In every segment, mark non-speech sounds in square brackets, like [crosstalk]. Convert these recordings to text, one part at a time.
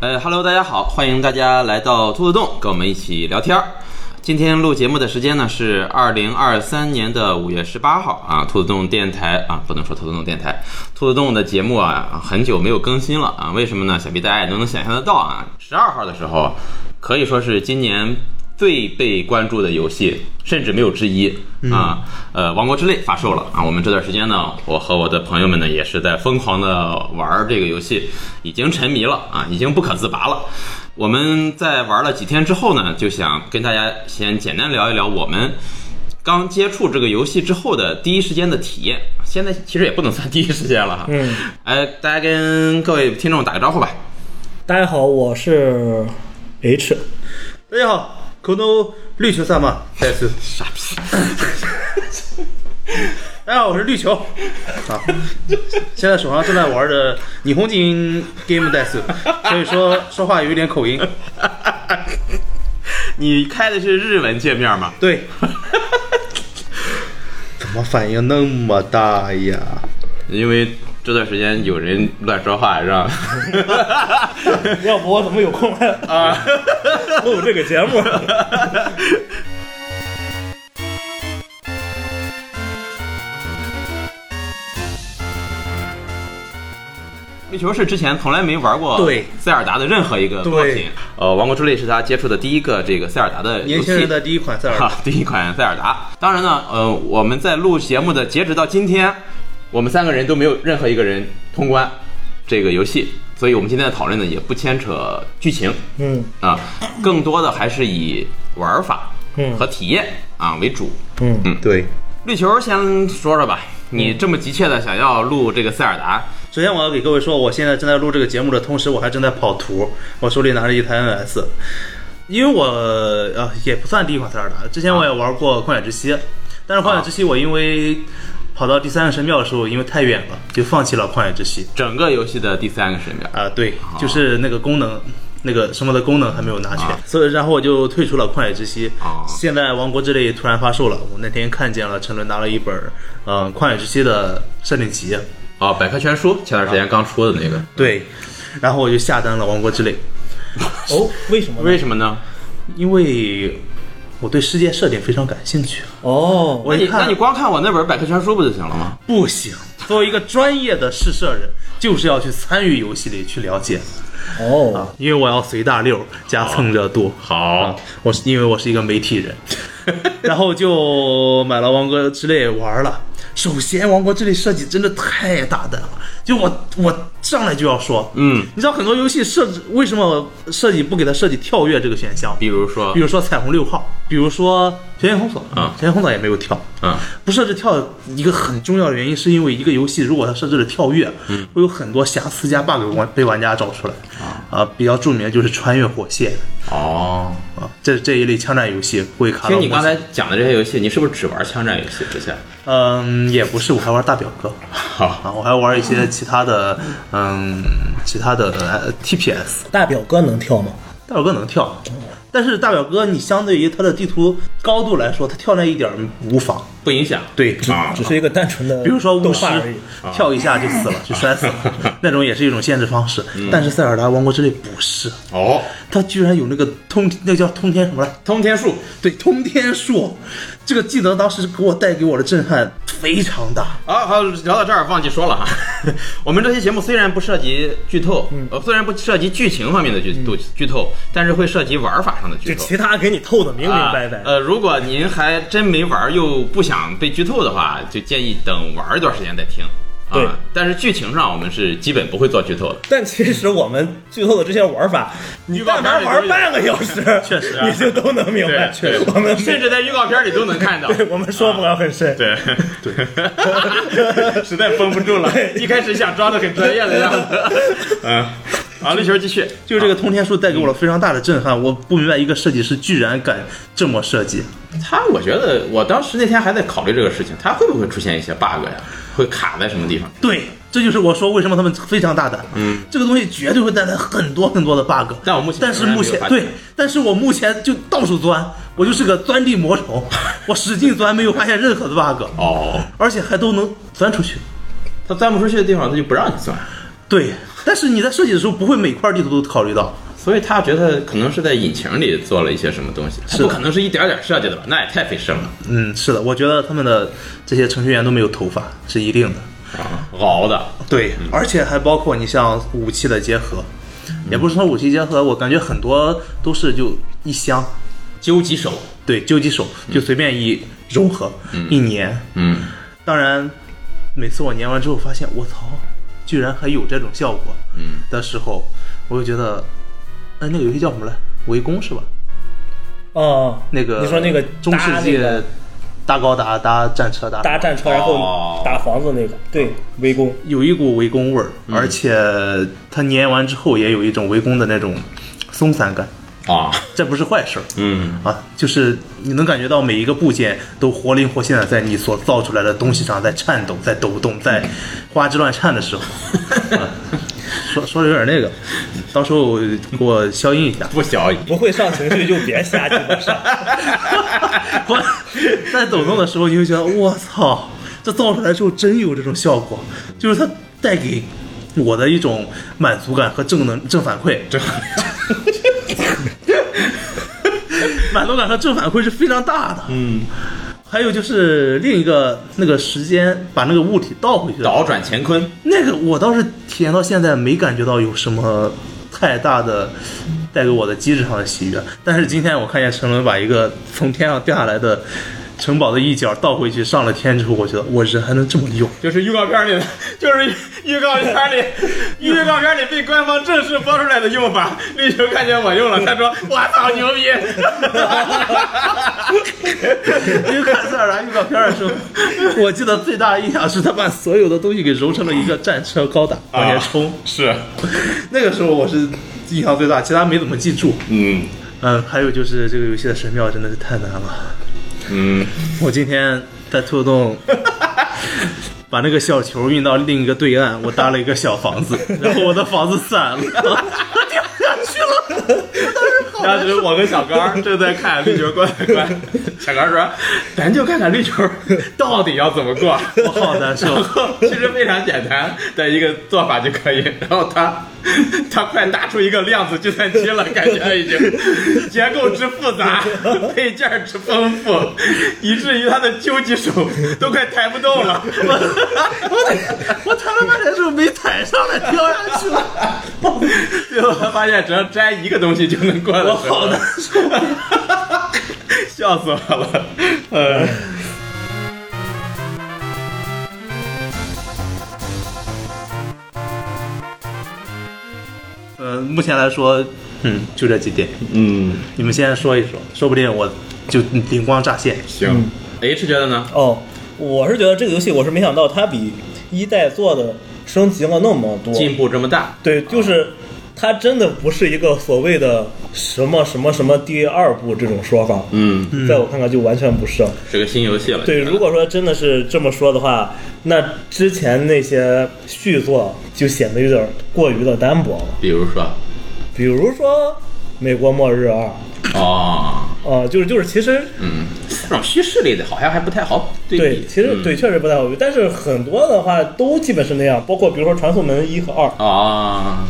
呃哈喽，大家好，欢迎大家来到兔子洞，跟我们一起聊天儿。今天录节目的时间呢是二零二三年的五月十八号啊，兔子洞电台啊，不能说兔子洞电台，兔子洞的节目啊很久没有更新了啊，为什么呢？想必大家也都能想象得到啊，十二号的时候可以说是今年最被关注的游戏，甚至没有之一啊。呃，《王国之泪》发售了啊，我们这段时间呢，我和我的朋友们呢也是在疯狂的玩这个游戏，已经沉迷了啊，已经不可自拔了。我们在玩了几天之后呢，就想跟大家先简单聊一聊我们刚接触这个游戏之后的第一时间的体验。现在其实也不能算第一时间了哈。嗯，哎，大家跟各位听众打个招呼吧。大家好，我是 H。大家好，可能绿球萨马再次。傻逼！大家好，我是绿球啊，现在手上正在玩的《霓虹金 Game d e s 所以说说话有一点口音。你开的是日文界面吗？对，怎么反应那么大呀？因为这段时间有人乱说话， [laughs] 让 [laughs] 要不我怎么有空来啊 [laughs] 录这个节目？绿球是之前从来没玩过对塞尔达的任何一个作品对。呃，《王国之泪》是他接触的第一个这个塞尔达的游戏年轻人的第一款塞尔哈达， [laughs] 第一款塞尔达。当然呢，呃，我们在录节目的截止到今天，我们三个人都没有任何一个人通关这个游戏，所以我们今天的讨论呢也不牵扯剧情嗯啊、更多的还是以玩法嗯和体验啊为主。嗯对。绿球先说说吧，你这么急切的想要录这个塞尔达，首先，我要给各位说，我现在正在录这个节目的同时，我还正在跑图，我手里拿着一台 NS，因为我呃也不算第一款塞尔达，之前我也玩过《旷野之息》，但是《旷野之息》我因为跑到第三个神庙的时候，因为太远了，就放弃了《旷野之息》整个游戏的第三个神庙。啊、对，就是那个功能。那个什么的功能还没有拿全，所以然后我就退出了旷野之息。啊现在王国之泪突然发售了，我那天看见了陈伦拿了一本，嗯、呃，旷野之息的设定集，哦，百科全书前段时间刚出的那个，对，然后我就下单了王国之泪。哦，为什么呢？为什么呢？因为我对世界设定非常感兴趣。哦，我那你一那看你光看我那本百科全书不就行了吗？不行，作为一个专业的试射人，就是要去参与游戏里去了解，哦，因为我要随大溜加蹭热度。好啊，我是因为我是一个媒体人， [laughs] 然后就买了《王国之泪》玩了。首先，《王国之泪》设计真的太大胆了，就我我上来就要说，嗯，你知道很多游戏设置为什么设计不给它设计跳跃这个选项？比如说比，如说彩虹六号，比如说全线封锁啊全线封锁也没有跳。嗯，不设置跳一个很重要的原因，是因为一个游戏如果它设置了跳跃，嗯会有很多瑕疵加 bug 玩被玩家找出来。啊，比较著名的就是穿越火线哦，啊，这这一类枪战游戏会卡到听你我刚才讲的这些游戏，你是不是只玩枪战游戏之前？嗯，也不是，我还玩大表哥好，啊，我还玩一些其他的，嗯，其他的呃 TPS。大表哥能跳吗？大表哥能跳，但是大表哥你相对于它的地图高度来说，它跳那一点儿无妨。不影响。对，啊只是一个单纯的，比如说巫动师啊画而已。跳一下就死了，就摔死了，那种也是一种限制方式。但是塞尔达王国之泪不是，哦，它居然有那个通，那叫通天什么来？通天术对，通天术，这个技能当时给我带给我的震撼非常大。啊，好，聊到这儿忘记说了哈， [laughs] 我们这期节目虽然不涉及剧透，呃，虽然不涉及剧情方面的剧剧剧透，但是会涉及玩法上的剧就透。其他给你透的明明白白啊。呃，如果您还真没玩儿又不想被剧透的话，就建议等玩儿一段时间再听。对啊，但是剧情上我们是基本不会做剧透的。但其实我们剧透的这些玩法，你告干嘛片里都有玩半个小时， [laughs] 确实啊你就都能明白。对，我们甚至在预告片里都能看到。我们说不了很 [laughs] 深。对对，实在绷不住了，一开始想装的很专业的样子。嗯，好，绿球继续。就是这个通天术带给我了非常大的震撼，我不明白一个设计师居然敢这么设计。他，我觉得我当时那天还在考虑这个事情，他会不会出现一些 bug 呀？会卡在什么地方？对，这就是我说为什么他们非常大胆。嗯，这个东西绝对会带来很多很多的 bug。但我目前但是仍然目没有前发现对，但是我目前就到处钻，我就是个钻地魔 [laughs] 虫，我使劲钻，没有发现任何的 bug，哦，而且还都能钻出去。他钻不出去的地方，他就不让你钻。对，但是你在设计的时候不会每块地图都考虑到。所以他觉得可能是在引擎里做了一些什么东西，他不可能是一点点设计的吧？那也太费事了。嗯，是的，我觉得他们的这些程序员都没有头发是一定的，啊，熬的。对，而且还包括你像武器的结合，也不是说武器结合，我感觉很多都是就一箱，究极手，对，究极手嗯就随便一融合、一粘。嗯，当然，每次我粘完之后发现，我操，居然还有这种效果。嗯，的时候，我就觉得，哎，那个游戏叫什么来？围攻是吧？哦，那个你说那个中世搭那纪个搭高达搭战车搭搭战车然哦后打房子那个，对，围攻。有一股围攻味儿，嗯而且它粘完之后也有一种围攻的那种松散感，啊， [laughs] 这不是坏事儿。嗯，啊，就是你能感觉到每一个部件都活灵活现的在你所造出来的东西上在颤抖、在抖动、在花枝乱颤的时候，啊说说的有点那个，到时候给我消音一下。不小一，不会上情绪就别瞎鸡巴上。 [laughs] 我在抖动的时候，你会觉得我操，这造出来之后真有这种效果，就是它带给我的一种满足感和正能正反馈，这满足感和正反馈是非常大的。嗯，还有就是另一个那个时间把那个物体倒回去的倒转乾坤，那个我倒是体验到现在没感觉到有什么太大的带给我的机制上的喜悦，但是今天我看见陈伦把一个从天上掉下来的城堡的一角倒回去上了天之后，我觉得我人还能这么用，就是预告片里的，就是预告片里，预告片里被官方正式播出来的用法。绿球看见我用了，他说：“我操，牛逼因为看塞尔达预告片的时候，我记得最大的印象是他把所有的东西给揉成了一个战车高达 [laughs] 往前冲，！”啊是，那个时候我是印象最大，其他没怎么记住。 [laughs] 嗯嗯，还有就是这个游戏的神庙真的是太难了。嗯，我今天在兔 [laughs] 洞把那个小球运到另一个对岸，我搭了一个小房 [laughs] 子，然后我的房子散了，掉 [laughs] 下去了。当时我跟小刚正在看绿球过来关，小刚说：“咱就看看绿球到底要怎么 [laughs] 过。”我好难受然，后 [laughs] 其实非常简单的一个做法就可以。然后他 [laughs] 他快搭出一个量子计算机了，感觉已经 [laughs] 结构之复杂， [laughs] 配件儿之丰富，以至于他的究极手都快抬不动了。 [laughs] 我抬了半天时候没抬上来，掉下去了，最后他发现只要摘一个东西就能过的时候，好难受。 [laughs] 笑死我了。呃，呃，目前来说，嗯，就这几点，嗯，你们先说一说，说不定我就灵光乍现。行。H 觉得呢？哦，我是觉得这个游戏我是没想到它比一代做的升级了那么多，进步这么大，对，就是它真的不是一个所谓的什么什么什么第二部这种说法，嗯，在我看来就完全不是。是个新游戏了。对，现在如果说真的是这么说的话，那之前那些续作就显得有点过于的单薄了，比如说，比如说《美国末日二》。哦，呃，就是就是，其实嗯，这种叙事类的好像还不太好对比。嗯对，其实对，确实不太好用，但是很多的话都基本是那样，包括比如说《传送门》一和二，啊、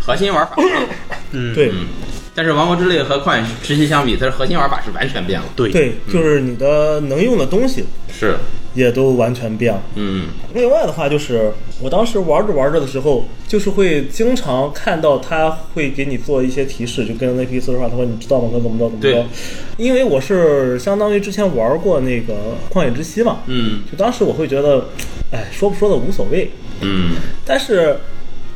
核心 [coughs] 玩法，嗯对但是《王国之泪》和《旷野之息》相比，它的核心玩法是完全变了。对，对，就是你的能用的东西是，也都完全变了。嗯另外的话就是，我当时玩着玩着的时候，就是会经常看到他会给你做一些提示，就跟 NPC 说话，他说你知道吗？该怎么着怎么对着。因为我是相当于之前玩过那个《旷野之息》嘛，嗯就当时我会觉得，哎，说不说的无所谓，嗯，但是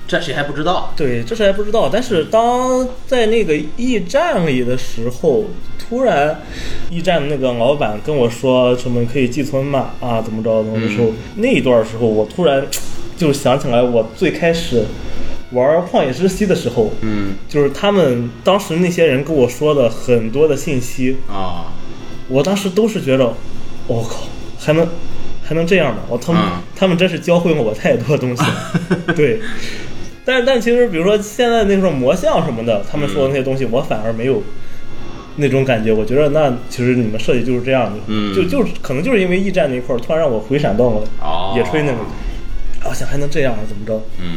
这谁还不知道？对，这事还不知道。但是当在那个驿站里的时候，突然驿站的那个老板跟我说什么可以寄存码啊，怎么着怎么着的时候，那一段时候我突然就想起来，我最开始玩《旷野之息》的时候，嗯就是他们当时那些人跟我说的很多的信息，啊、我当时都是觉得，我、靠，还能还能这样吗？我他们、嗯他们真是教会了我太多东西 [laughs] 了。对，但是但其实比如说现在那种魔像什么的，他们说的那些嗯东西，我反而没有那种感觉。我觉得那其实你们设计就是这样的，嗯就就是可能就是因为驿站那一块儿突然让我回闪到了哦野炊那个，我想还能这样啊怎么着？嗯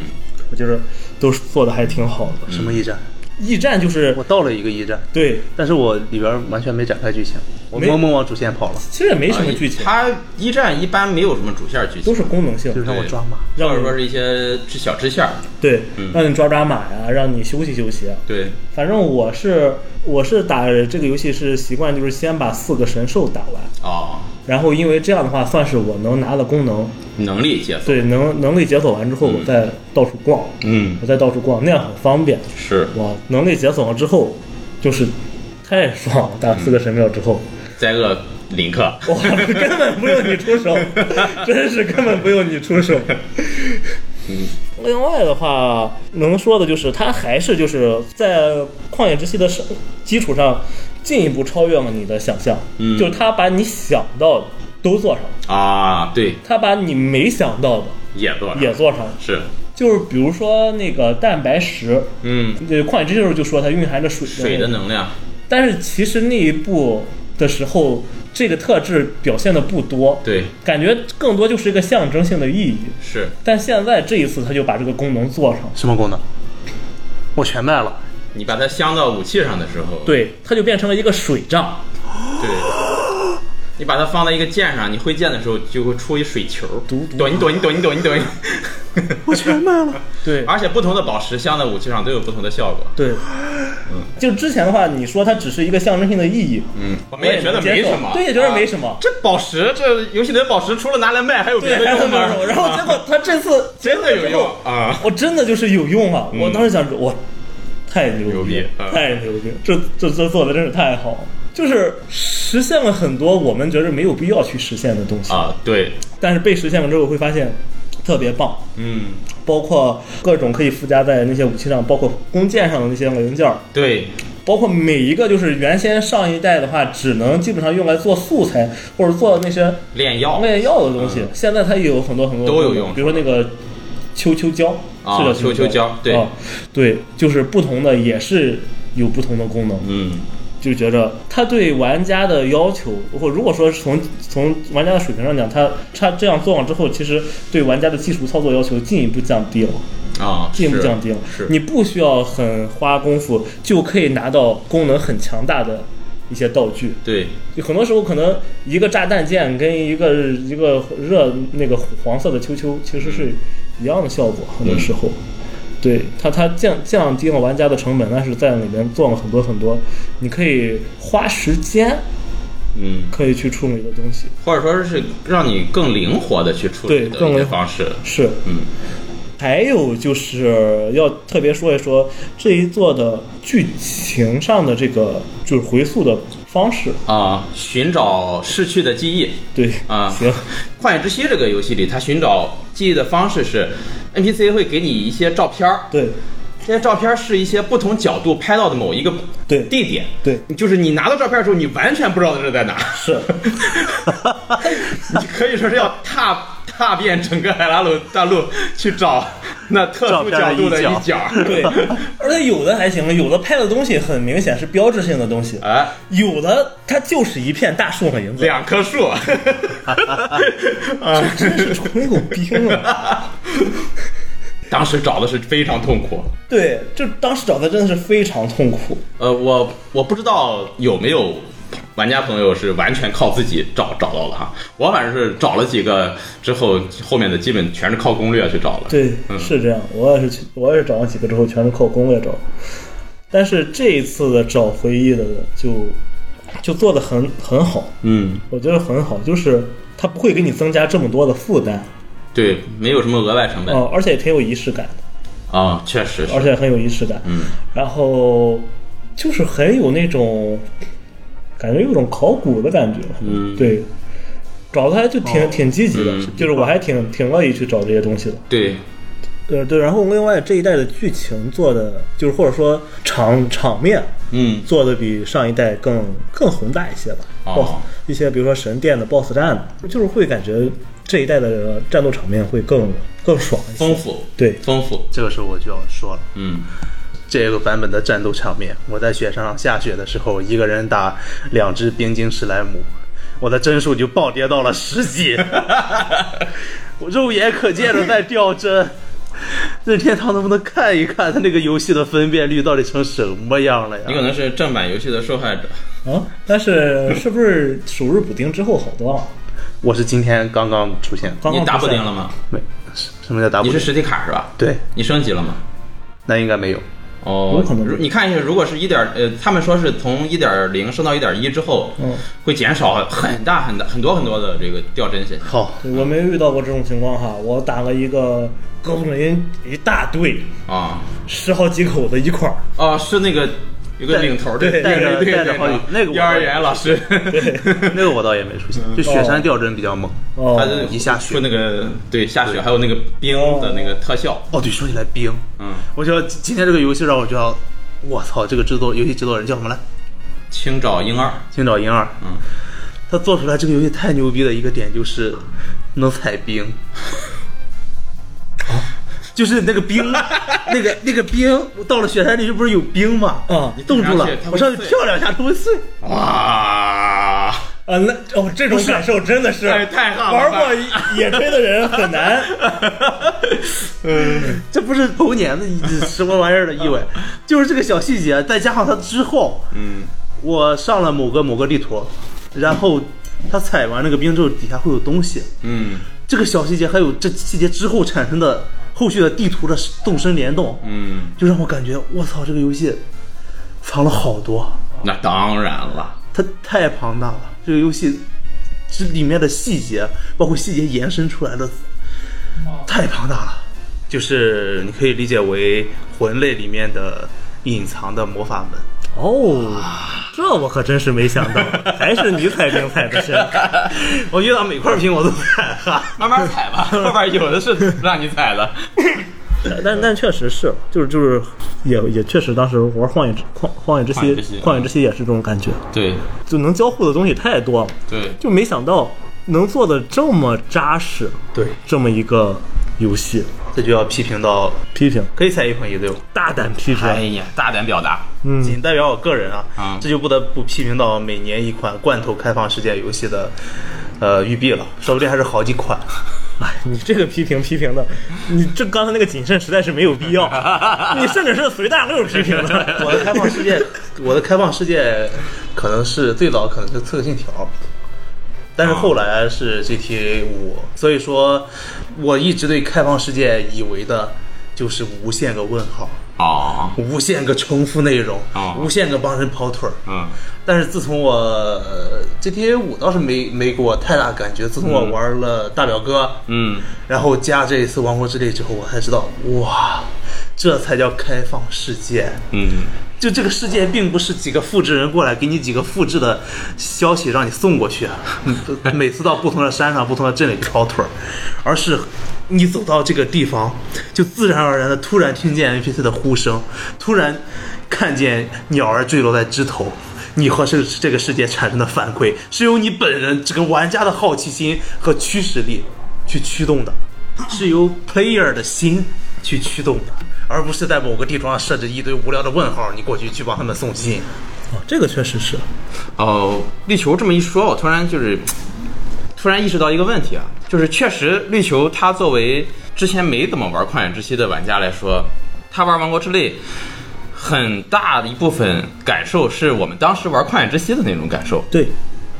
我就是都是做的还挺好的。什么驿站？驿站就是我到了一个驿站，对，但是我里边完全没展开剧情，我没懵懵往主线跑了，其实也没什么剧啊情，它呃一战一般没有什么主线剧都情，是功能性就。是让我抓马。让或者说是一些支小支线儿。对嗯，让你抓抓马呀，让你休息休息。啊对，反正我是我是打这个游戏是习惯，就是先把四个神兽打完，哦，然后因为这样的话，算是我能拿的功能，能力解锁。对，能能力解锁完之后，我再到处逛，嗯，我再到处逛，那样很方便。是哇，能力解锁了之后，就是太爽了！打四个神庙之后，灾厄林克。哇，根本不用你出 [laughs] 手，真是根本不用你出手。嗯另外的话，能说的就是，它还是就是在旷野之息的上基础上，进一步超越了你的想象。嗯就是它把你想到的都做上了，啊，对，它把你没想到的也做也做上了。是，就是比如说那个蛋白石，嗯，对，旷野之息的时候就说它蕴含着水水的能。能量。但是其实那一部的时候，这个特质表现的不多，对，感觉更多就是一个象征性的意义。是但现在这一次，他就把这个功能做上了，什么功能？我全卖了。你把它镶到武器上的时候，对，它就变成了一个水仗。对，你把它放在一个箭上，你挥剑的时候就会出一水球，毒毒滚滚滚滚滚。我全卖了。对， [laughs] 而且不同的宝石镶在武器上都有不同的效果。对，就之前的话，你说它只是一个象征性的意义，嗯，我们也觉得没什么，对，也觉得没什么啊。。这宝石，这游戏里的宝石除了拿来卖，还有别的对，还有用那吗啊种，？然后结果他这次真的有用啊！我真的就是有用啊！我当时想说，哇，太牛嗯牛逼了嗯太牛逼了！这这这做的真是太好了，就是实现了很多我们觉得没有必要去实现的东西，啊，对，但是被实现了之后会发现特别棒。嗯，包括各种可以附加在那些武器上，包括弓箭上的那些零件儿，对，包括每一个就是原先上一代的话，只能基本上用来做素材或者做那些炼药炼药的东西，现在它也有很多很多嗯都有用比如说那个秋秋胶，啊是叫秋秋胶对啊对，就是不同的也是有不同的功能，嗯，就觉着它对玩家的要求，或如果说从从玩家的水平上讲，它它这样做完之后，其实对玩家的技术操作要求进一步降低了，啊，进一步是降低了，是你不需要很花功夫就可以拿到功能很强大的一些道具，对，就很多时候可能一个炸弹剑跟一个一个热那个黄色的球球其实是一样的效果，很多时候。嗯对它，它降降低了玩家的成本，但是在里面做了很多很多，你可以花时间嗯，可以去处理的东西。或者说是让你更灵活的去处理对的更一些灵活方式，是，嗯，还有就是要特别说一说这一座的剧情上的这个就是回溯的方式。啊，寻找逝去的记忆，对，啊行， 《 [laughs] 旷野之息》这个游戏里，它寻找记忆的方式是，NPC 会给你一些照片儿，对，这些照片儿是一些不同角度拍到的某一个对地点，对，就是你拿到照片的时候，你完全不知道这是在 [laughs] 哪儿，是。你可以说是要踏踏遍整个海拉鲁大陆去找那特殊角度的一角儿，对，而且有的还行，有的拍的东西很明显是标志性的东西， [laughs] 哎，有的它就是一片大树和银子，两棵 [laughs] 树，啊， [laughs] 真是纯有病啊！当时找的是非常痛苦。对，就当时找的真的是非常痛苦。呃，我我不知道有没有玩家朋友是完全靠自己找找到了啊，我反正是找了几个之后，后面的基本全是靠攻略去找了。对，嗯是这样，我也是去，我也是找了几个之后全是靠攻略找，但是这一次的找回忆的就就做的很很好，嗯，我觉得很好，就是它不会给你增加这么多的负担，对，没有什么额外成本啊、哦、而且也挺有仪式感的。确实而是，且很有仪式感。嗯，然后就是很有那种感觉，有种考古的感觉。嗯对，找的还就挺、挺积极的，嗯就是我还挺挺乐意去找这些东西的。对，对对，然后另外这一代的剧情做的，就是或者说场场面。嗯，做的比上一代更更宏大一些吧，哦一些比如说神殿的 BOSS 战，就是会感觉这一代的战斗场面会更更爽一些，丰富，对丰富， [laughs] 这个时候我就要说了，嗯，这个版本的战斗场面，我在雪上下雪的时候，一个人打两只冰晶史莱姆，我的帧数就 [laughs] 暴跌到了十几，我肉眼可见的在掉帧。任天堂能不能看一看它那个游戏的分辨率到底成什么样了呀？你可能是正版游戏的受害者。啊，但是是不是首日补丁之后好多啊了？我是今天刚刚出现的，刚刚你打不补是丁了吗？没什什么叫打补你丁是？实体卡是吧？对，你升级了吗？那应该没有。哦有可，能如你看一下，如果是一点呃，他们说是从一点零升到一点一之后，嗯，会减少很大很大很多很多的这个掉帧现象。好，对我没遇到过这种情况哈，我打了一个高速冷音一大队，啊十好几口子一块儿，哦，是那个有个带领头的，对带着带着好几那个我幼儿园老师， [laughs] [laughs] 那个我倒也没出现，就雪山掉帧比较猛。哦他，就一下雪说那个对下雪，还有那个冰的那个特效，哦，对，说起来冰，嗯，我觉得今天这个游戏让我觉得，我操，这个制作游戏制作人叫什么来？青沼英二，青岛银二，嗯，他做出来这个游戏太牛逼的一个点就是能踩冰，哦 [laughs] 就是那个冰，那个那个冰，到了雪山里不是有冰吗？嗯你冻住了你上去它，会我上去碎跳两下，它会碎。哇，啊，那哦，这种感受真的是哎太好了 [laughs] 玩过野炊的人很难。嗯，这不是头年的一什么玩意儿的 [laughs] 意味，就是这个小细节，再加上它之后，嗯，我上了某个某个地图，然后它踩完那个冰之后，底下会有东西。嗯这个小细节还有这细节之后产生的后续的地图的纵深联动，嗯，就让我感觉我操，这个游戏藏了好多，那当然了，它太庞大了。这个游戏这里面的细节，包括细节延伸出来的，太庞大了。就是你可以理解为魂类里面的隐藏的魔法门。 [laughs] [laughs] 哦，这我可真是没想到， [laughs] 还是你踩冰踩的深。 [laughs] 我遇到每块屏我都在哈。慢慢踩吧，后边有的是让你踩的，但但确实是，就是就是，也也确实，当时玩《荒野之荒荒野之息荒野之息》 《荒野之息》也是这种感觉， [laughs] 对就能交互的东西太多了，对，就没想到能做的这么扎实，对，这么一个游戏，这就要批评到批评可以踩一捧一对吧？大胆批哎评，呀，大胆表达，嗯，仅代表我个人啊，啊这就不得不批评到每年一款罐头开放世界游戏的，呃，育碧了，说不定还是好几款。哎，你这个批评批评的，你这刚才那个谨慎实在是没有必 [laughs] 要，你甚至是随大溜批评的， [laughs] [laughs] 我的开放世界，我的开放世界可能是最早可能是《刺客信条》，哦但是后来是 GTA 五，所以说我一直对开放世界以为的就是无限个问号，哦，无限个重复内容哦，无限个帮人跑腿儿。嗯但是自从我呃 GTA 五倒是没没给我太大感觉，自从我玩了大表哥，嗯，然后加这一次王国之泪之后，我才知道，哇，这才叫开放世界。嗯，就这个世界并不是几个复制人过来给你几个复制的消息让你送过去，嗯每次到不同的山上、不同的镇里跑腿儿，而是你走到这个地方，就自然而然的突然听见 NPC 的呼声，突然看见鸟儿坠落在枝头。你和这个这个世界产生的反馈，是由你本人这个玩家的好奇心和驱使力去驱动的，嗯是由 player 的心去驱动的，而不是在某个地方设置一堆无聊的问号，你过去去帮他们送信。这个确实是，哦，绿球这么一说，我突然就是突然意识到一个问题啊，就是确实绿球他作为之前没怎么玩《旷野之息》的玩家来说，他玩《王国之泪》。很大的一部分感受是我们当时玩《旷野之息》的那种感受，对，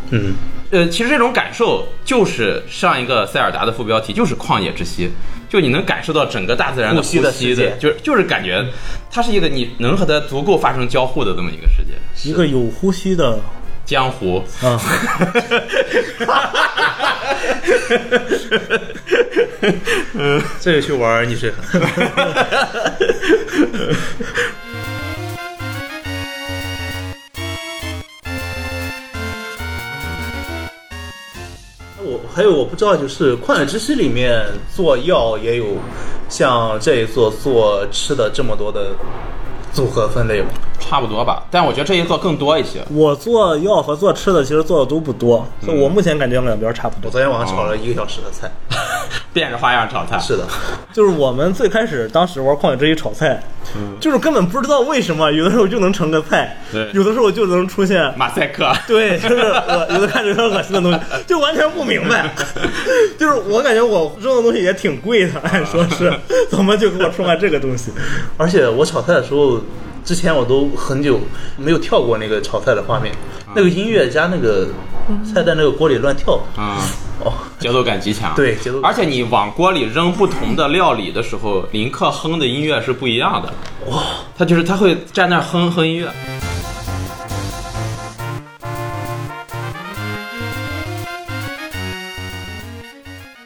嗯，呃，其实这种感受就是上一个塞尔达的副标题，就是旷野之息，就你能感受到整个大自然的呼吸的世界就是就是感觉它是一个你能和它足够发生交互的这么一个世界，一个有呼吸的江湖。嗯啊，这个去玩逆水寒。我还有我不知道，就是《旷野之息》里面做药也有像这一座做吃的这么多的组合分类吗？差不多吧，但我觉得这一座更多一些。我做药和做吃的其实做的都不多，所以我目前感觉两边差不我多。昨天晚上炒了一个小时的菜，变着花样炒菜。是的，就是我们最开始当时玩《旷野之息》炒菜，就是根本不知道为什么，有的时候就能成个菜对，有的时候就能出现。马赛克，对，就是我有的看着有点恶心的东西，就完全不明白。 [laughs] 就是我感觉我扔的东西也挺贵的，按说是，怎么就给我出卖这个东西？而且我炒菜的时候，之前我都很久没有跳过那个炒菜的画面，那个音乐加那个菜在那个锅里乱跳，嗯，哦，节奏感极强。 [laughs] 对节奏感而且你往锅里扔不同的料理的时候，林克哼的音乐是不一样的。哇，他就是他会站那儿哼哼音乐。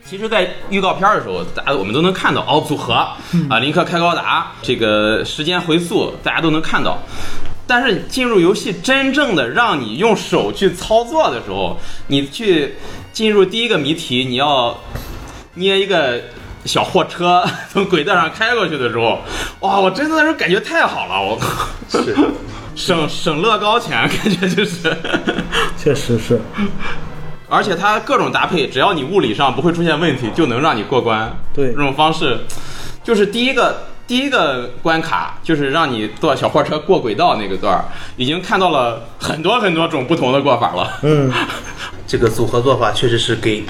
其实，在预告片儿的时候，大家我们都能看到哦，组合啊，林克开高达，这个时间回溯，大家都能看到。但是进入游戏真正的让你用手去操作的时候，你去进入第一个谜题，你要捏一个小货车 [laughs] 从轨道上开过去的时候，哇！我真的那时候感觉太好了，我靠，是 [laughs] 省省乐高钱，感觉就是，确实是，而且它各种搭配，只要你物理上不会出现问题，就能让你过关。对这种方式，就是第一个。第一个关卡就是让你坐小货车过轨道那个段儿，已经看到了很多很多种不同的过法了。嗯，这个组合做法确实是给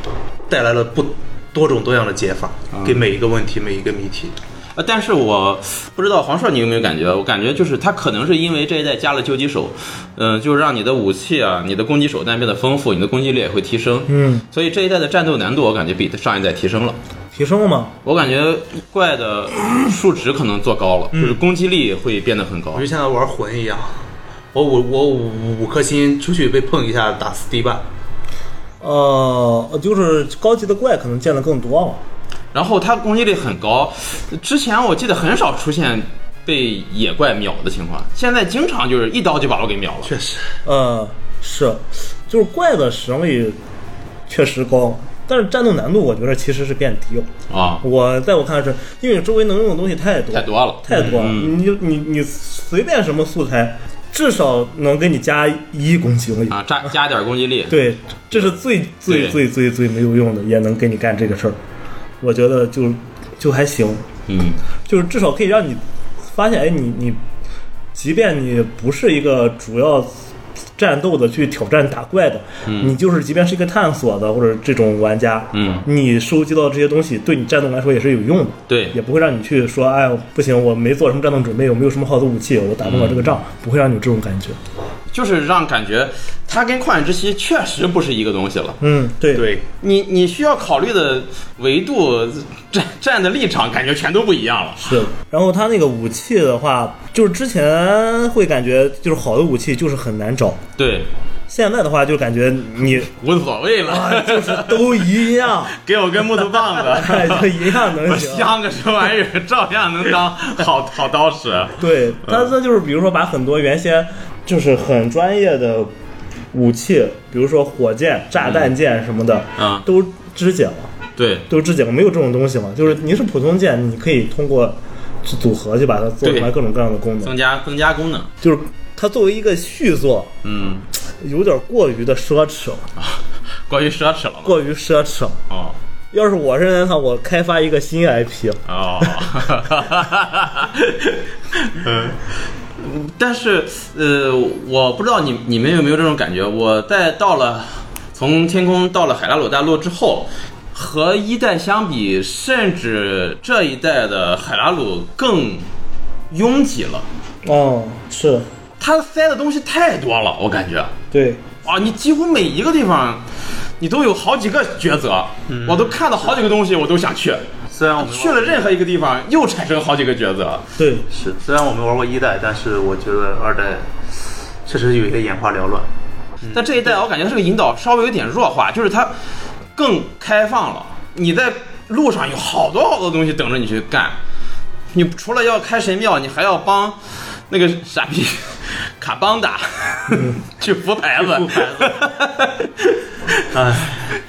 带来了不多种多样的解法，给每一个问题每一个谜题。 [laughs] 呃，但是我不知道黄硕你有没有感觉，我感觉就是它可能是因为这一代加了救击手，嗯、就是让你的武器啊、你的攻击手段变得丰富，你的攻击力也会提升，嗯，所以这一代的战斗难度我感觉比上一代提升了，提升了吗？我感觉怪的数值可能做高了，嗯就是攻击力会变得很高我就，像在玩魂一样，我五我五五颗星出去被碰一下打死地板，呃，就是高级的怪可能见的更多了。然后它攻击力很高，之前我记得很少出现被野怪秒的情况，现在经常就是一刀就把我给秒了。确实呃，是，就是怪的实力确实高，但是战斗难度我觉得其实是变低了。啊，我在我看来是，因为你周围能用的东西太多太多了太多了。嗯你你你随便什么素材，至少能给你加一攻击力。啊，加加点攻击力，对，这是最最对最最最没有用的，也能给你干这个事儿。我觉得就就还行，嗯。就是至少可以让你发现，哎，你你，即便你不是一个主要战斗的去挑战打怪的，你就是即便是一个探索的或者这种玩家，嗯你收集到这些东西对你战斗来说也是有用的，对也不会让你去说，哎，不行，我没做什么战斗准备，我没有什么好的武器，我打不了这个仗，嗯不会让你有这种感觉。就是让感觉它跟旷野之息确实不是一个东西了。嗯，对，对，你你需要考虑的维度、站站的立场，感觉全都不一样了。是，然后它那个武器的话，就是之前会感觉就是好的武器就是很难找，对，现在的话就感觉你无所谓了，啊， [laughs] 就是都一样， [laughs] 给我根木头棒子， [laughs] 哎，就一样能我行。镶个什么玩意儿，照样能当好好刀使。对，但嗯这就是比如说把很多原先就是很专业的武器，比如说火箭、炸弹剑什么的，嗯都肢解了。对都肢解了，没有这种东西了。就是你是普通剑，你可以通过组合去把它做出来对嗯各种各样的功能增。加增加功能。就是它作为一个续作，嗯，有点过于的奢侈了，关于奢侈了嘛？过于奢侈了。哦要是我是任天堂，我开发一个新 IP，哦，嗯。但是，呃，我不知道你你们有没有这种感觉。我在到了从天空到了海拉鲁大陆之后，和一代相比，甚至这一代的海拉鲁更拥挤了。哦，是它塞的东西太多了，我感觉对，啊，你几乎每一个地方，你都有好几个抉择。我都看到好几个东西，我都想去。虽然我们去了任何一个地方，又产生好几个抉择。对，是虽然我没玩过一代，但是我觉得二代确实有一些眼花缭乱。但这一代我感觉这个引导稍微有点弱化，就是它更开放了。你在路上有好多好多东西等着你去干，你除了要开神庙，你还要帮那个傻逼卡邦达 [laughs] 去扶牌子， [laughs] 哎，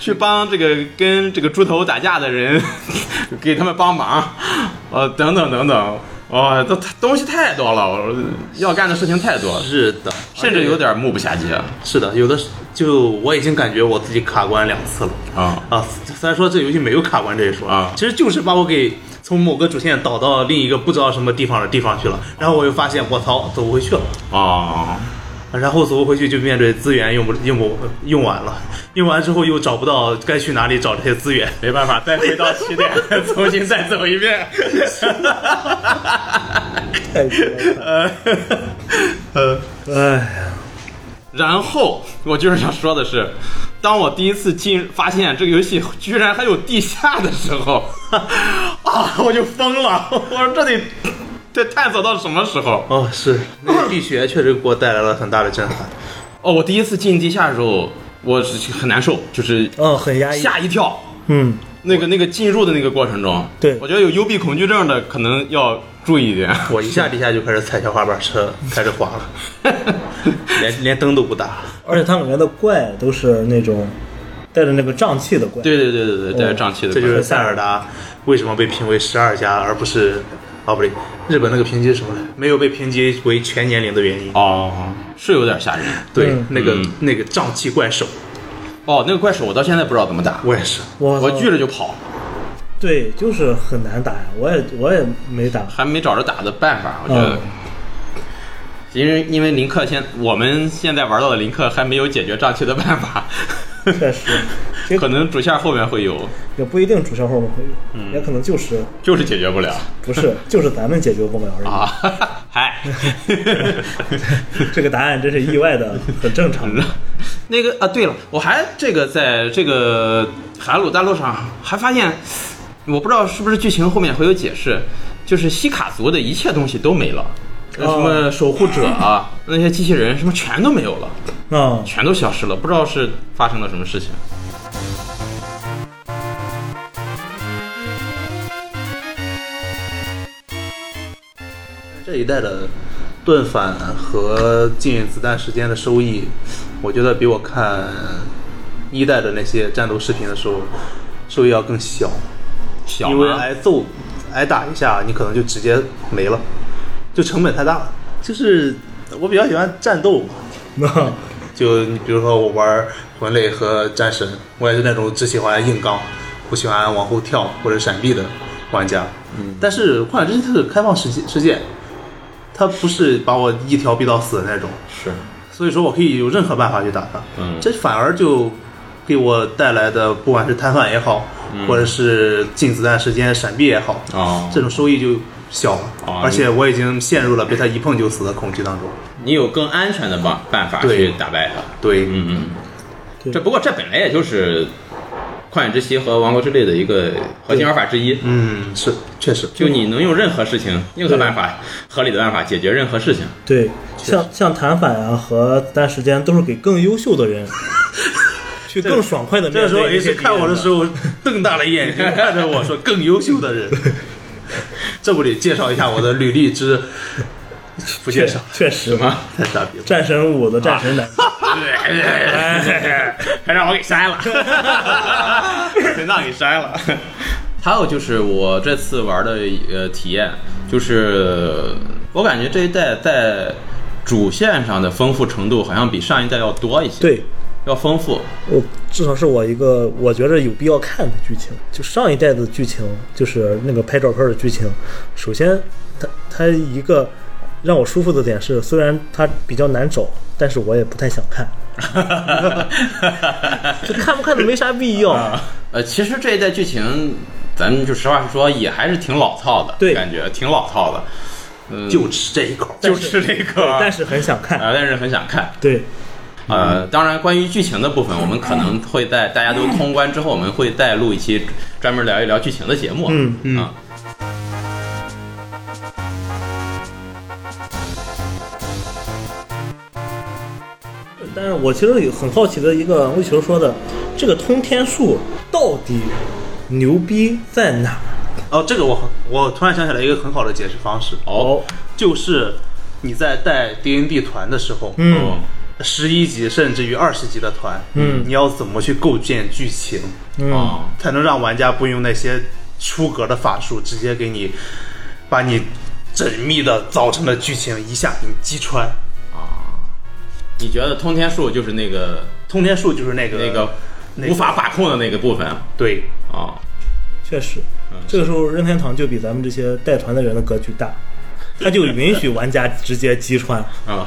去帮这个 [laughs] 跟这个猪头打架的人给他们帮忙，呃，等等等等。哇，都东西太多了，我要干的事情太多了，是的，甚至有点目不暇接啊是的，有的是就我已经感觉我自己卡关两次了啊啊！虽然说这游戏没有卡关这一说啊其实就是把我给从某个主线导到另一个不知道什么地方的地方去了，然后我又发现我操，走不回去了。啊！然后走回去就面对资源用不用不用完了，用完之后又找不到该去哪里找这些资源，没办法，再回到起 [laughs] 点，重新再走一遍。太绝了呃，哎，然后我就是想说的是，当我第一次进发现这个游戏居然还有地下的时候， [laughs] 啊，我就疯了！我说这得这探索到什么时候？哦是，那个地穴确实给我带来了很大的震撼，哦，我第一次进地下的时候，我是很难受，就是嗯，很压抑。吓一跳。嗯，那个那个进入的那个过程中，对我觉得有幽闭恐惧症的可能要注意一点。 [laughs] 我一下地下就开始踩小滑板车，开始滑了，连连灯都不打，而且它里面的怪都是那种带着那个瘴气的怪。对对对对对，带着瘴气的哦过这程，就是塞尔达为什么被评为十二家而不是，哦不对，日本那个评级是什么来着没有被评级为全年龄的原因，哦，是有点吓人。对嗯，那个嗯那个瘴气怪手，哦，那个怪手我到现在不知道怎么打，我也是。我我操聚着就跑，对，就是很难打呀，我也我也没打。还没找着打的办法，我觉得嗯。因为因为林克现我们现在玩到的林克还没有解决瘴气的办法， [laughs] 确实，这可能主线后面会有，也不一定主线后面会有，嗯也可能就是就是解决不了不是，就是咱们解决不了而已。啊！ [laughs] 嗨，这个答案真是意外的，很正常。那个啊，对了，我还这个在这个海鲁大陆上还发现，我不知道是不是剧情后面会有解释，就是西卡族的一切东西都没了，呃什么守护者啊，那些机器人什么全都没有了，嗯啊、全都消失了，不知道是发生了什么事情。这一代的盾反和禁运子弹时间的收益，我觉得比我看一代的那些战斗视频的时候，收益要更小，小因为吗？挨揍、挨打一下，你可能就直接没了，就成本太大了。就是我比较喜欢战斗嘛，那就你比如说我玩魂类和战神，我也是那种只喜欢硬刚，不喜欢往后跳或者闪避的玩家。嗯，但是《旷野之息》它是开放世界世界，它不是把我一条逼到死的那种，是，所以说我可以有任何办法去打它。嗯这反而就给我带来的，不管是瘫痪也好，或者是进子弹时间闪避也好，嗯哦这种收益就小了。哦而且我已经陷入了被它一碰就死的恐惧当中。你有更安全的办办法对去打败它。对，嗯嗯嗯，对这不过这本来也就是《旷野之息》和《王国之泪》的一个核心玩法之一。嗯，是，确实。就你能用任何事情、任何办法、合理的办法解决任何事情。对，像像弹反啊和子弹时间都是给更优秀的 [laughs] 人，去更爽快的面对。这时候 H 看我的时候，候， [laughs] 瞪大了眼睛看着我说：“更优秀的人。”这不得介绍一下我的履历之？ [laughs] 不介绍，确实嘛，啊太傻逼了。战神五的战神男， [laughs] 还让我给删了，全让给 [laughs] 删了。还有就是我这次玩的呃体验，就是我感觉这一代在主线上的丰富程度好像比上一代要多一些，， [laughs] 对。要丰富。 [laughs] [laughs] 我至少是我一个我觉着有必要看的剧情。就上一代的剧情，就是那个拍照片的剧情。首先，它它一个让我舒服的点是，虽然它比较难找，但是我也不太想看，就看不看都没啥必 [laughs] 要。呃，其实这一代剧情，咱们就实话实说，也还是挺老套的，对感觉挺老套的，嗯，就吃这一口，就吃这个，但是很想啊、看，但是很想看。对，呃，当然，关于剧情的部分，我们可能会在大家都通关之后，我们会再录一期专门聊一聊剧情的节目。嗯嗯。但是我其实有很好奇的一个魏球说的，这个通天术到底牛逼在哪？哦，这个我我突然想起来一个很好的解释方式，哦，就是你在带 D N D 团的时候，嗯哦十一级甚至于二十级的团，嗯你要怎么去构建剧情，嗯，哦，才能让玩家不用那些出格的法术，直接给你把你缜密的造成的剧情一下给你击穿。你觉得通天术就是那个通天术就是那呃个那个那个无法把控的那个部分啊？对，哦确实，这个时候任天堂就比咱们这些带团的人的格局大，他就允许玩家直接击穿，啊，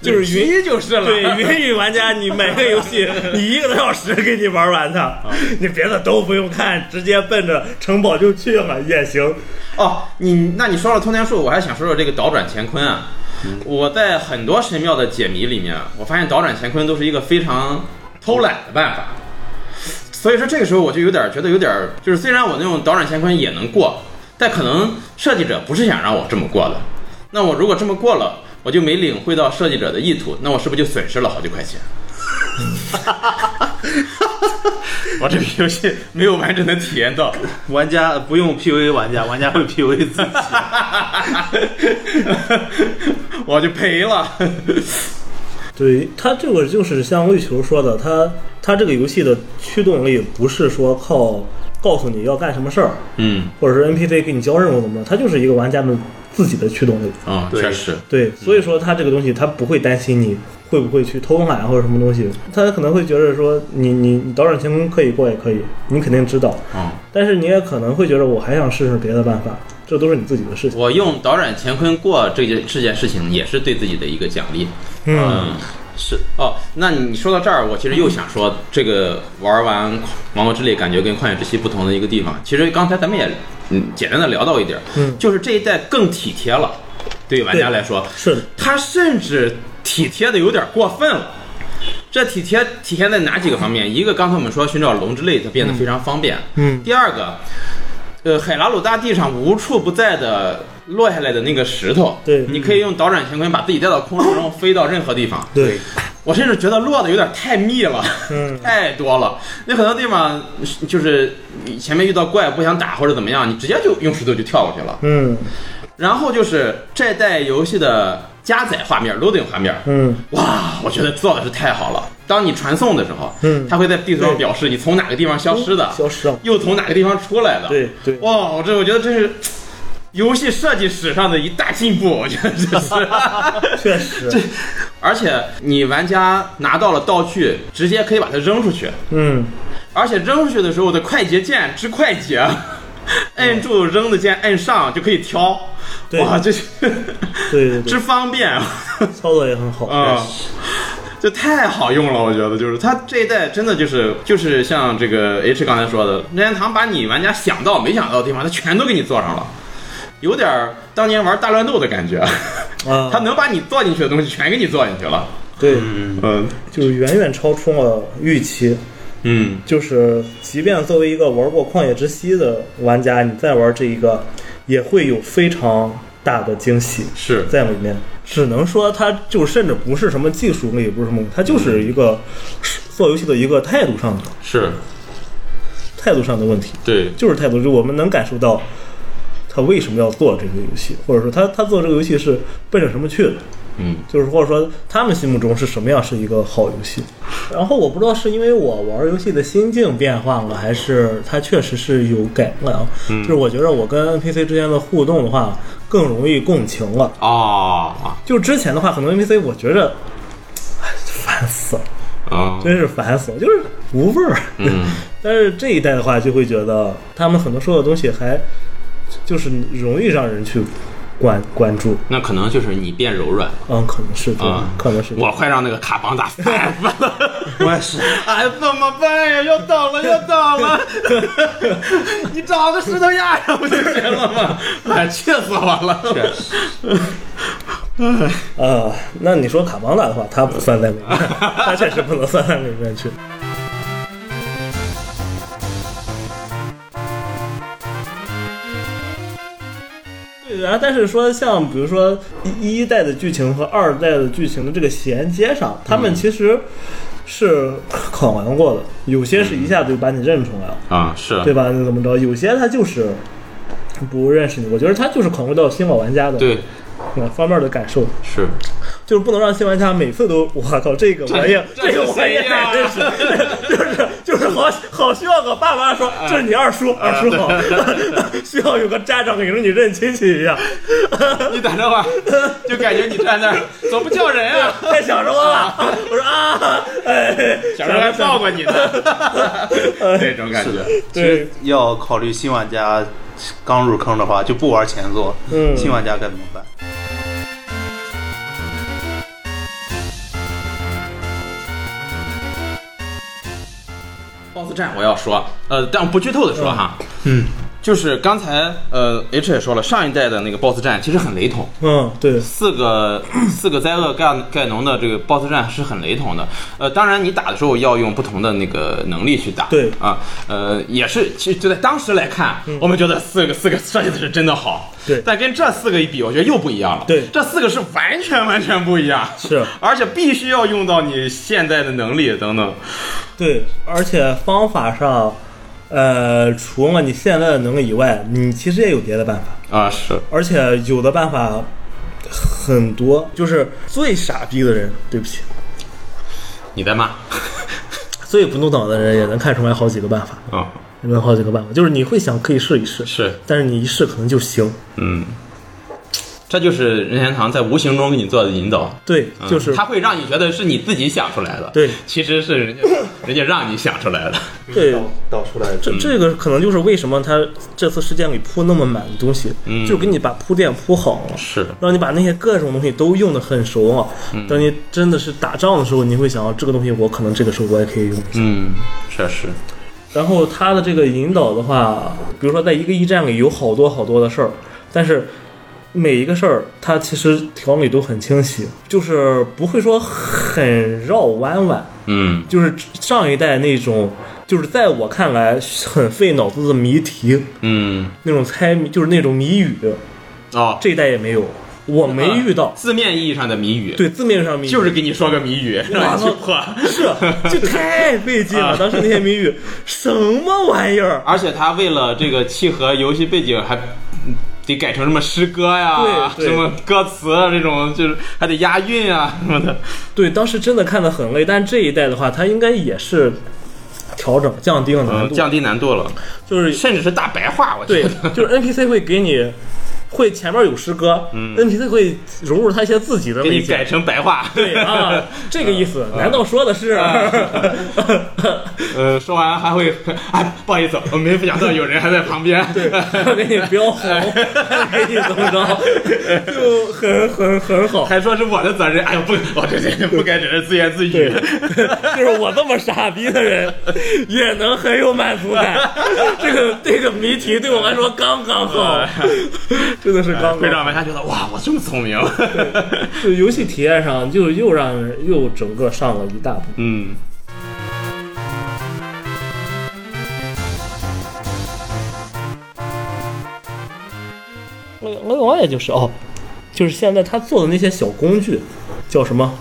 就是晕晕就是了。 [laughs] 对，允许玩家你买个游 [laughs] 戏，你一个多小时给你玩完它，你别的都不用看，直接奔着城堡就去了也行。哦，你那你说到通天术，我还想说说这个倒转乾坤啊。我在很多神庙的解谜里面，我发现倒转乾坤都是一个非常偷懒的办法。所以说这个时候我就有点觉得有点，就是虽然我那种倒转乾坤也能过，但可能设计者不是想让我这么过的。那我如果这么过了，我就没领会到设计者的意图，那我是不是就损失了好几块钱？ [laughs] 我这个游戏没有完整的体验到。玩家不用 PUA 玩家，玩家会 PUA 自己。我就赔了。 [laughs] 对它这个就是像绿球说的，它它这个游戏的驱动力不是说靠告诉你要干什么事儿，嗯，或者是 NPC 给你交任务怎么着，它就是一个玩家们自己的驱动力。啊、对确实，对，所以说它这个东西，它不会担心你会不会去偷懒或者什么东西，它可能会觉得说你你你倒转乾坤可以过也可以，你肯定知道，啊、但是你也可能会觉得我还想试试别的办法，这都是你自己的事情。我用倒转乾坤过这件这件事情，也是对自己的一个奖励。嗯，是，哦，那你说到这儿，我其实又想说，这个玩完《王国之泪》感觉跟《旷野之息》不同的一个地方，其实刚才咱们也嗯简单的聊到一点儿，嗯就是这一代更体贴了，对于玩家对来说，是的，他甚至体贴的有点过分了。这体贴体现在哪几个方面？一个，刚才我们说寻找龙之类，它变得非常方便。嗯第二个，呃，海拉鲁大地上无处不在的落下来的那个石头，对你可以用倒转乾坤把自己带到空中，然后飞到任何地方。对，我甚至觉得落的有点太密了，嗯 [laughs] 太多了。那很多地方就是你前面遇到怪不想打或者怎么样，你直接就用石头就跳过去了。嗯然后就是这代游戏的加载画面、loading 画面，嗯哇，我觉得做的是太好了。当你传送的时候，嗯它会在地图上表示你从哪个地方消失的，消失了，又从哪个地方出来的。对对哇，我这我觉得这是游戏设计史上的一大进步，我觉得这是。确实，而且你玩家拿到了道具，直接可以把它扔出去，嗯而且扔出去的时候的快捷键之快捷，啊摁住扔的键，摁上就可以挑。对哇，这是 [laughs] 对之对对，方便。操作也很好。啊、这太好用了，我觉得就是它这一代真的就是就是像这个 H 刚才说的，任天堂把你玩家想到没想到的地方，它全都给你做上了，有点儿当年玩大乱斗的感觉，啊，它能把你做进去的东西全给你做进去了。对，嗯就是远远超出了预期。嗯就是即便作为一个玩过《旷野之息》的玩家，你再玩这一个，也会有非常大的惊喜是在里面。只能说它就甚至不是什么技术力，不是什么，它就是一个做游戏的一个态度上的是，态度上的问题，对就是态度，就我们能感受到他为什么要做这个游戏，或者说他他做这个游戏是奔着什么去的。嗯就是或者说他们心目中是什么样是一个好游戏。然后我不知道是因为我玩游戏的心境变化了，还是它确实是有改了。嗯、就是我觉得我跟 NPC 之间的互动的话，更容易共情了。哦就之前的话，很多 NPC 我觉着，哎，烦死了，啊真是烦死了，就是无味儿。嗯 [laughs] 但是这一代的话，就会觉得他们很多说的东西还就是容易让人去关关注。那可能就是你变柔软了。嗯，可能是这样，啊可能是这样我快让那个卡邦达 [laughs] 烦死了。我也是。哎，怎么办呀？要倒了，要倒 [laughs] 了！你找个石头压上不就行了吗？ [laughs] 哎，气死我了！确实啊，那你说卡邦达的话，他不算在里面， [laughs] 他确实不能算在里面去。对，然后但是说像比如说一一代的剧情和二代的剧情的这个衔接上，他们其实是考量过的，有些是一下子就把你认出来了，啊，是对吧？那怎么着？有些他就是不认识你，我觉得他就是考虑到新老玩家的对，哪方面的感受。是就是不能 [laughs] 让新玩家每次都我靠这个我也这这这个是啊我谁也呀 [laughs] 得认识，就是就是好好好需要个爸妈说，哎这是你二叔，二叔好， [laughs] 需要有个家长给着你认亲戚一样，你等着会儿，就感觉你站那儿怎么不叫人 [laughs] 啊？太想着 [laughs] 我了。我说啊，哎，小时候还抱过你呢， [laughs] 这种感觉。对， [laughs] 要考虑新玩家刚入坑的话，就不玩前作，嗯新玩家该怎么办？ BOSS 战我要说，呃，但我不剧透的说哈，嗯，就是刚才呃 H 也说了，上一代的那个 BOSS 战其实很雷同，嗯，对，四个 [coughs] 四个灾厄盖盖农的这个 BOSS 战是很雷同的。呃，当然你打的时候要用不同的那个能力去打，对嗯啊，呃，也是，其实就在当时来看，我们觉得四个四个设计的是真的好，对但跟这四个一比，我觉得又不一样了，对这四个是完全完全不一样，是而且必须要用到你现在的能力等等，对，而且方法上，呃，除了你现在的能力以外，你其实也有别的办法。啊，是，而且有的办法很多，就是最傻逼的人，对不起，你在骂，最不动脑的人也能看出来好几个办法，嗯，也能好几个办法，就是你会想可以试一试，是。但是你一试可能就行。嗯，这就是任天堂在无形中给你做的引导，对，嗯就是、它会让你觉得是你自己想出来的，对其实是人家人家让你想出来的，对。导嗯出来嗯这这个可能就是为什么他这次事件里铺那么满的东西，嗯就给你把铺垫铺好 [laughs] 了，是嗯让你把那些各种东西都用的很熟了。等你真的是打仗的时候，你会想到这个东西，我可能这个时候我也可以用。嗯，确实，然后他的这个引导的话，比如说在一个驿站里有好多好多的事儿，但是每一个事儿它其实条理都很清晰，就是不会说很绕弯弯，嗯就是上一代那种，就是在我看来很费脑子的谜题，嗯，那种猜谜就是那种谜语，哦，这一代也没有，我没遇到。字面意义上的谜语，，对字面上谜语啊就是给你说个谜语让你去破， [laughs] 是，就太费劲啊了。当时那些谜语什么玩意儿？而且他为了这个契合游戏背景还。得改成什么诗歌呀，对对什么歌词啊，这种就是还得押韵啊什么的。对，当时真的看得很累，但这一代的话，它应该也是调整降低了难嗯，度，降低难度了，就是甚至是大白话，我觉 [laughs] 对得。，就是 NPC 会给你。会前面有诗歌、n p c 会融入他一些自己嗯的给理你解，改嗯成白话。对啊，这个意思。难道说的是？啊 [laughs] 呃，说完还会，哎，不好意思，我没想到有人还在旁边。对， [laughs] 给你标红， [laughs] 给你怎么着，就很很很好。 [laughs] 还说是我的责任，哎呦不，我这这不该只是自言自对语。， [laughs] 就是我这么傻逼的人，也能很有满足感。这个这个谜题对我来说刚刚好，真的是刚会刚让好。玩家觉得哇，我这么聪明。就游戏体验上，就又让人又整个上了一大步。嗯，那个另外就是哦，就是现在他做的那些小工具，叫什么？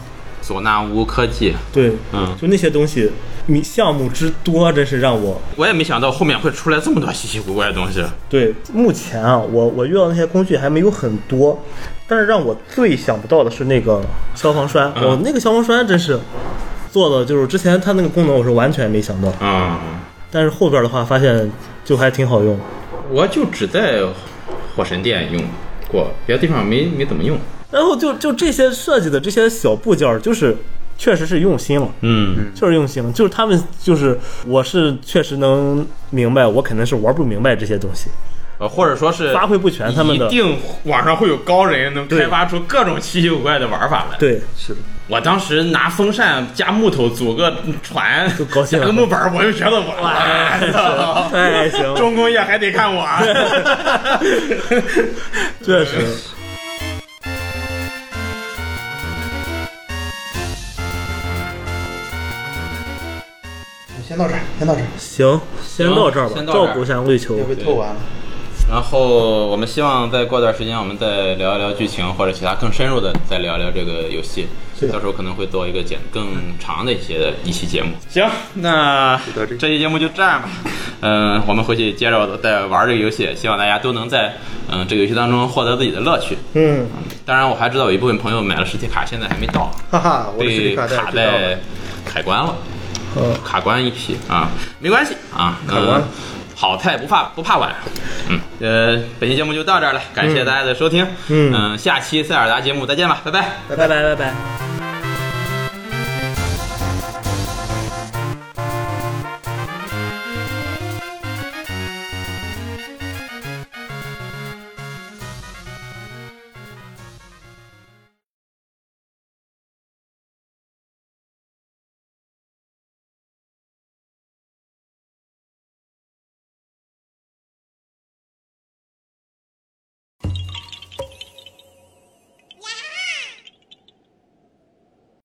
索纳乌科技，对，嗯，就那些东西，你项目之多，真是让我我也没想到后面会出来这么多稀奇古怪的东西。对，目前啊，我我遇到那些工具还没有很多，但是让我最想不到的是那个消防栓，嗯我、那个消防栓真是做的就是之前它那个功能我是完全没想到，嗯，但是后边的话发现就还挺好用。我就只在火神殿用过，别的地方没没怎么用。然后就就这些设计的这些小部件儿，就是确实是用心了。嗯确实用心了，就是他们，就是我是确实能明白，我肯定是玩不明白这些东西。呃，或者说是发挥不全他们的一定网上会有高人能对开发出各种稀奇古怪的玩法来。 [laughs] 对，我当时拿风扇加木头组个船，就高兴了加个木板，我就觉得我哇 [laughs] [laughs] 太行了重工业还得看我。啊 [laughs] 确实。先到这儿，先到这儿，行，先行到这儿吧，先到这照儿顾一下瑞秋也。被透完了。然后我们希望再过段时间，我们再聊一聊剧情或者其他更深入的，再聊一聊这个游戏。是的到时候可能会做一个简更长的一些的一期节目。行，那得这这期节目就这样吧。嗯，我们回去接着再玩这个游戏，希望大家都能在嗯这个游戏当中获得自己的乐趣。嗯，当然，我还知道有一部分朋友买了实体卡，现在还没到，哈哈，我的实被体卡带卡知道了。带开关了。嗯卡关一批啊，没关系啊，卡关嗯好菜不怕不怕晚，嗯，呃，本期节目嗯就到这儿了，感谢大家的收听，嗯下期塞尔达节目再见吧，拜拜。拜拜拜拜。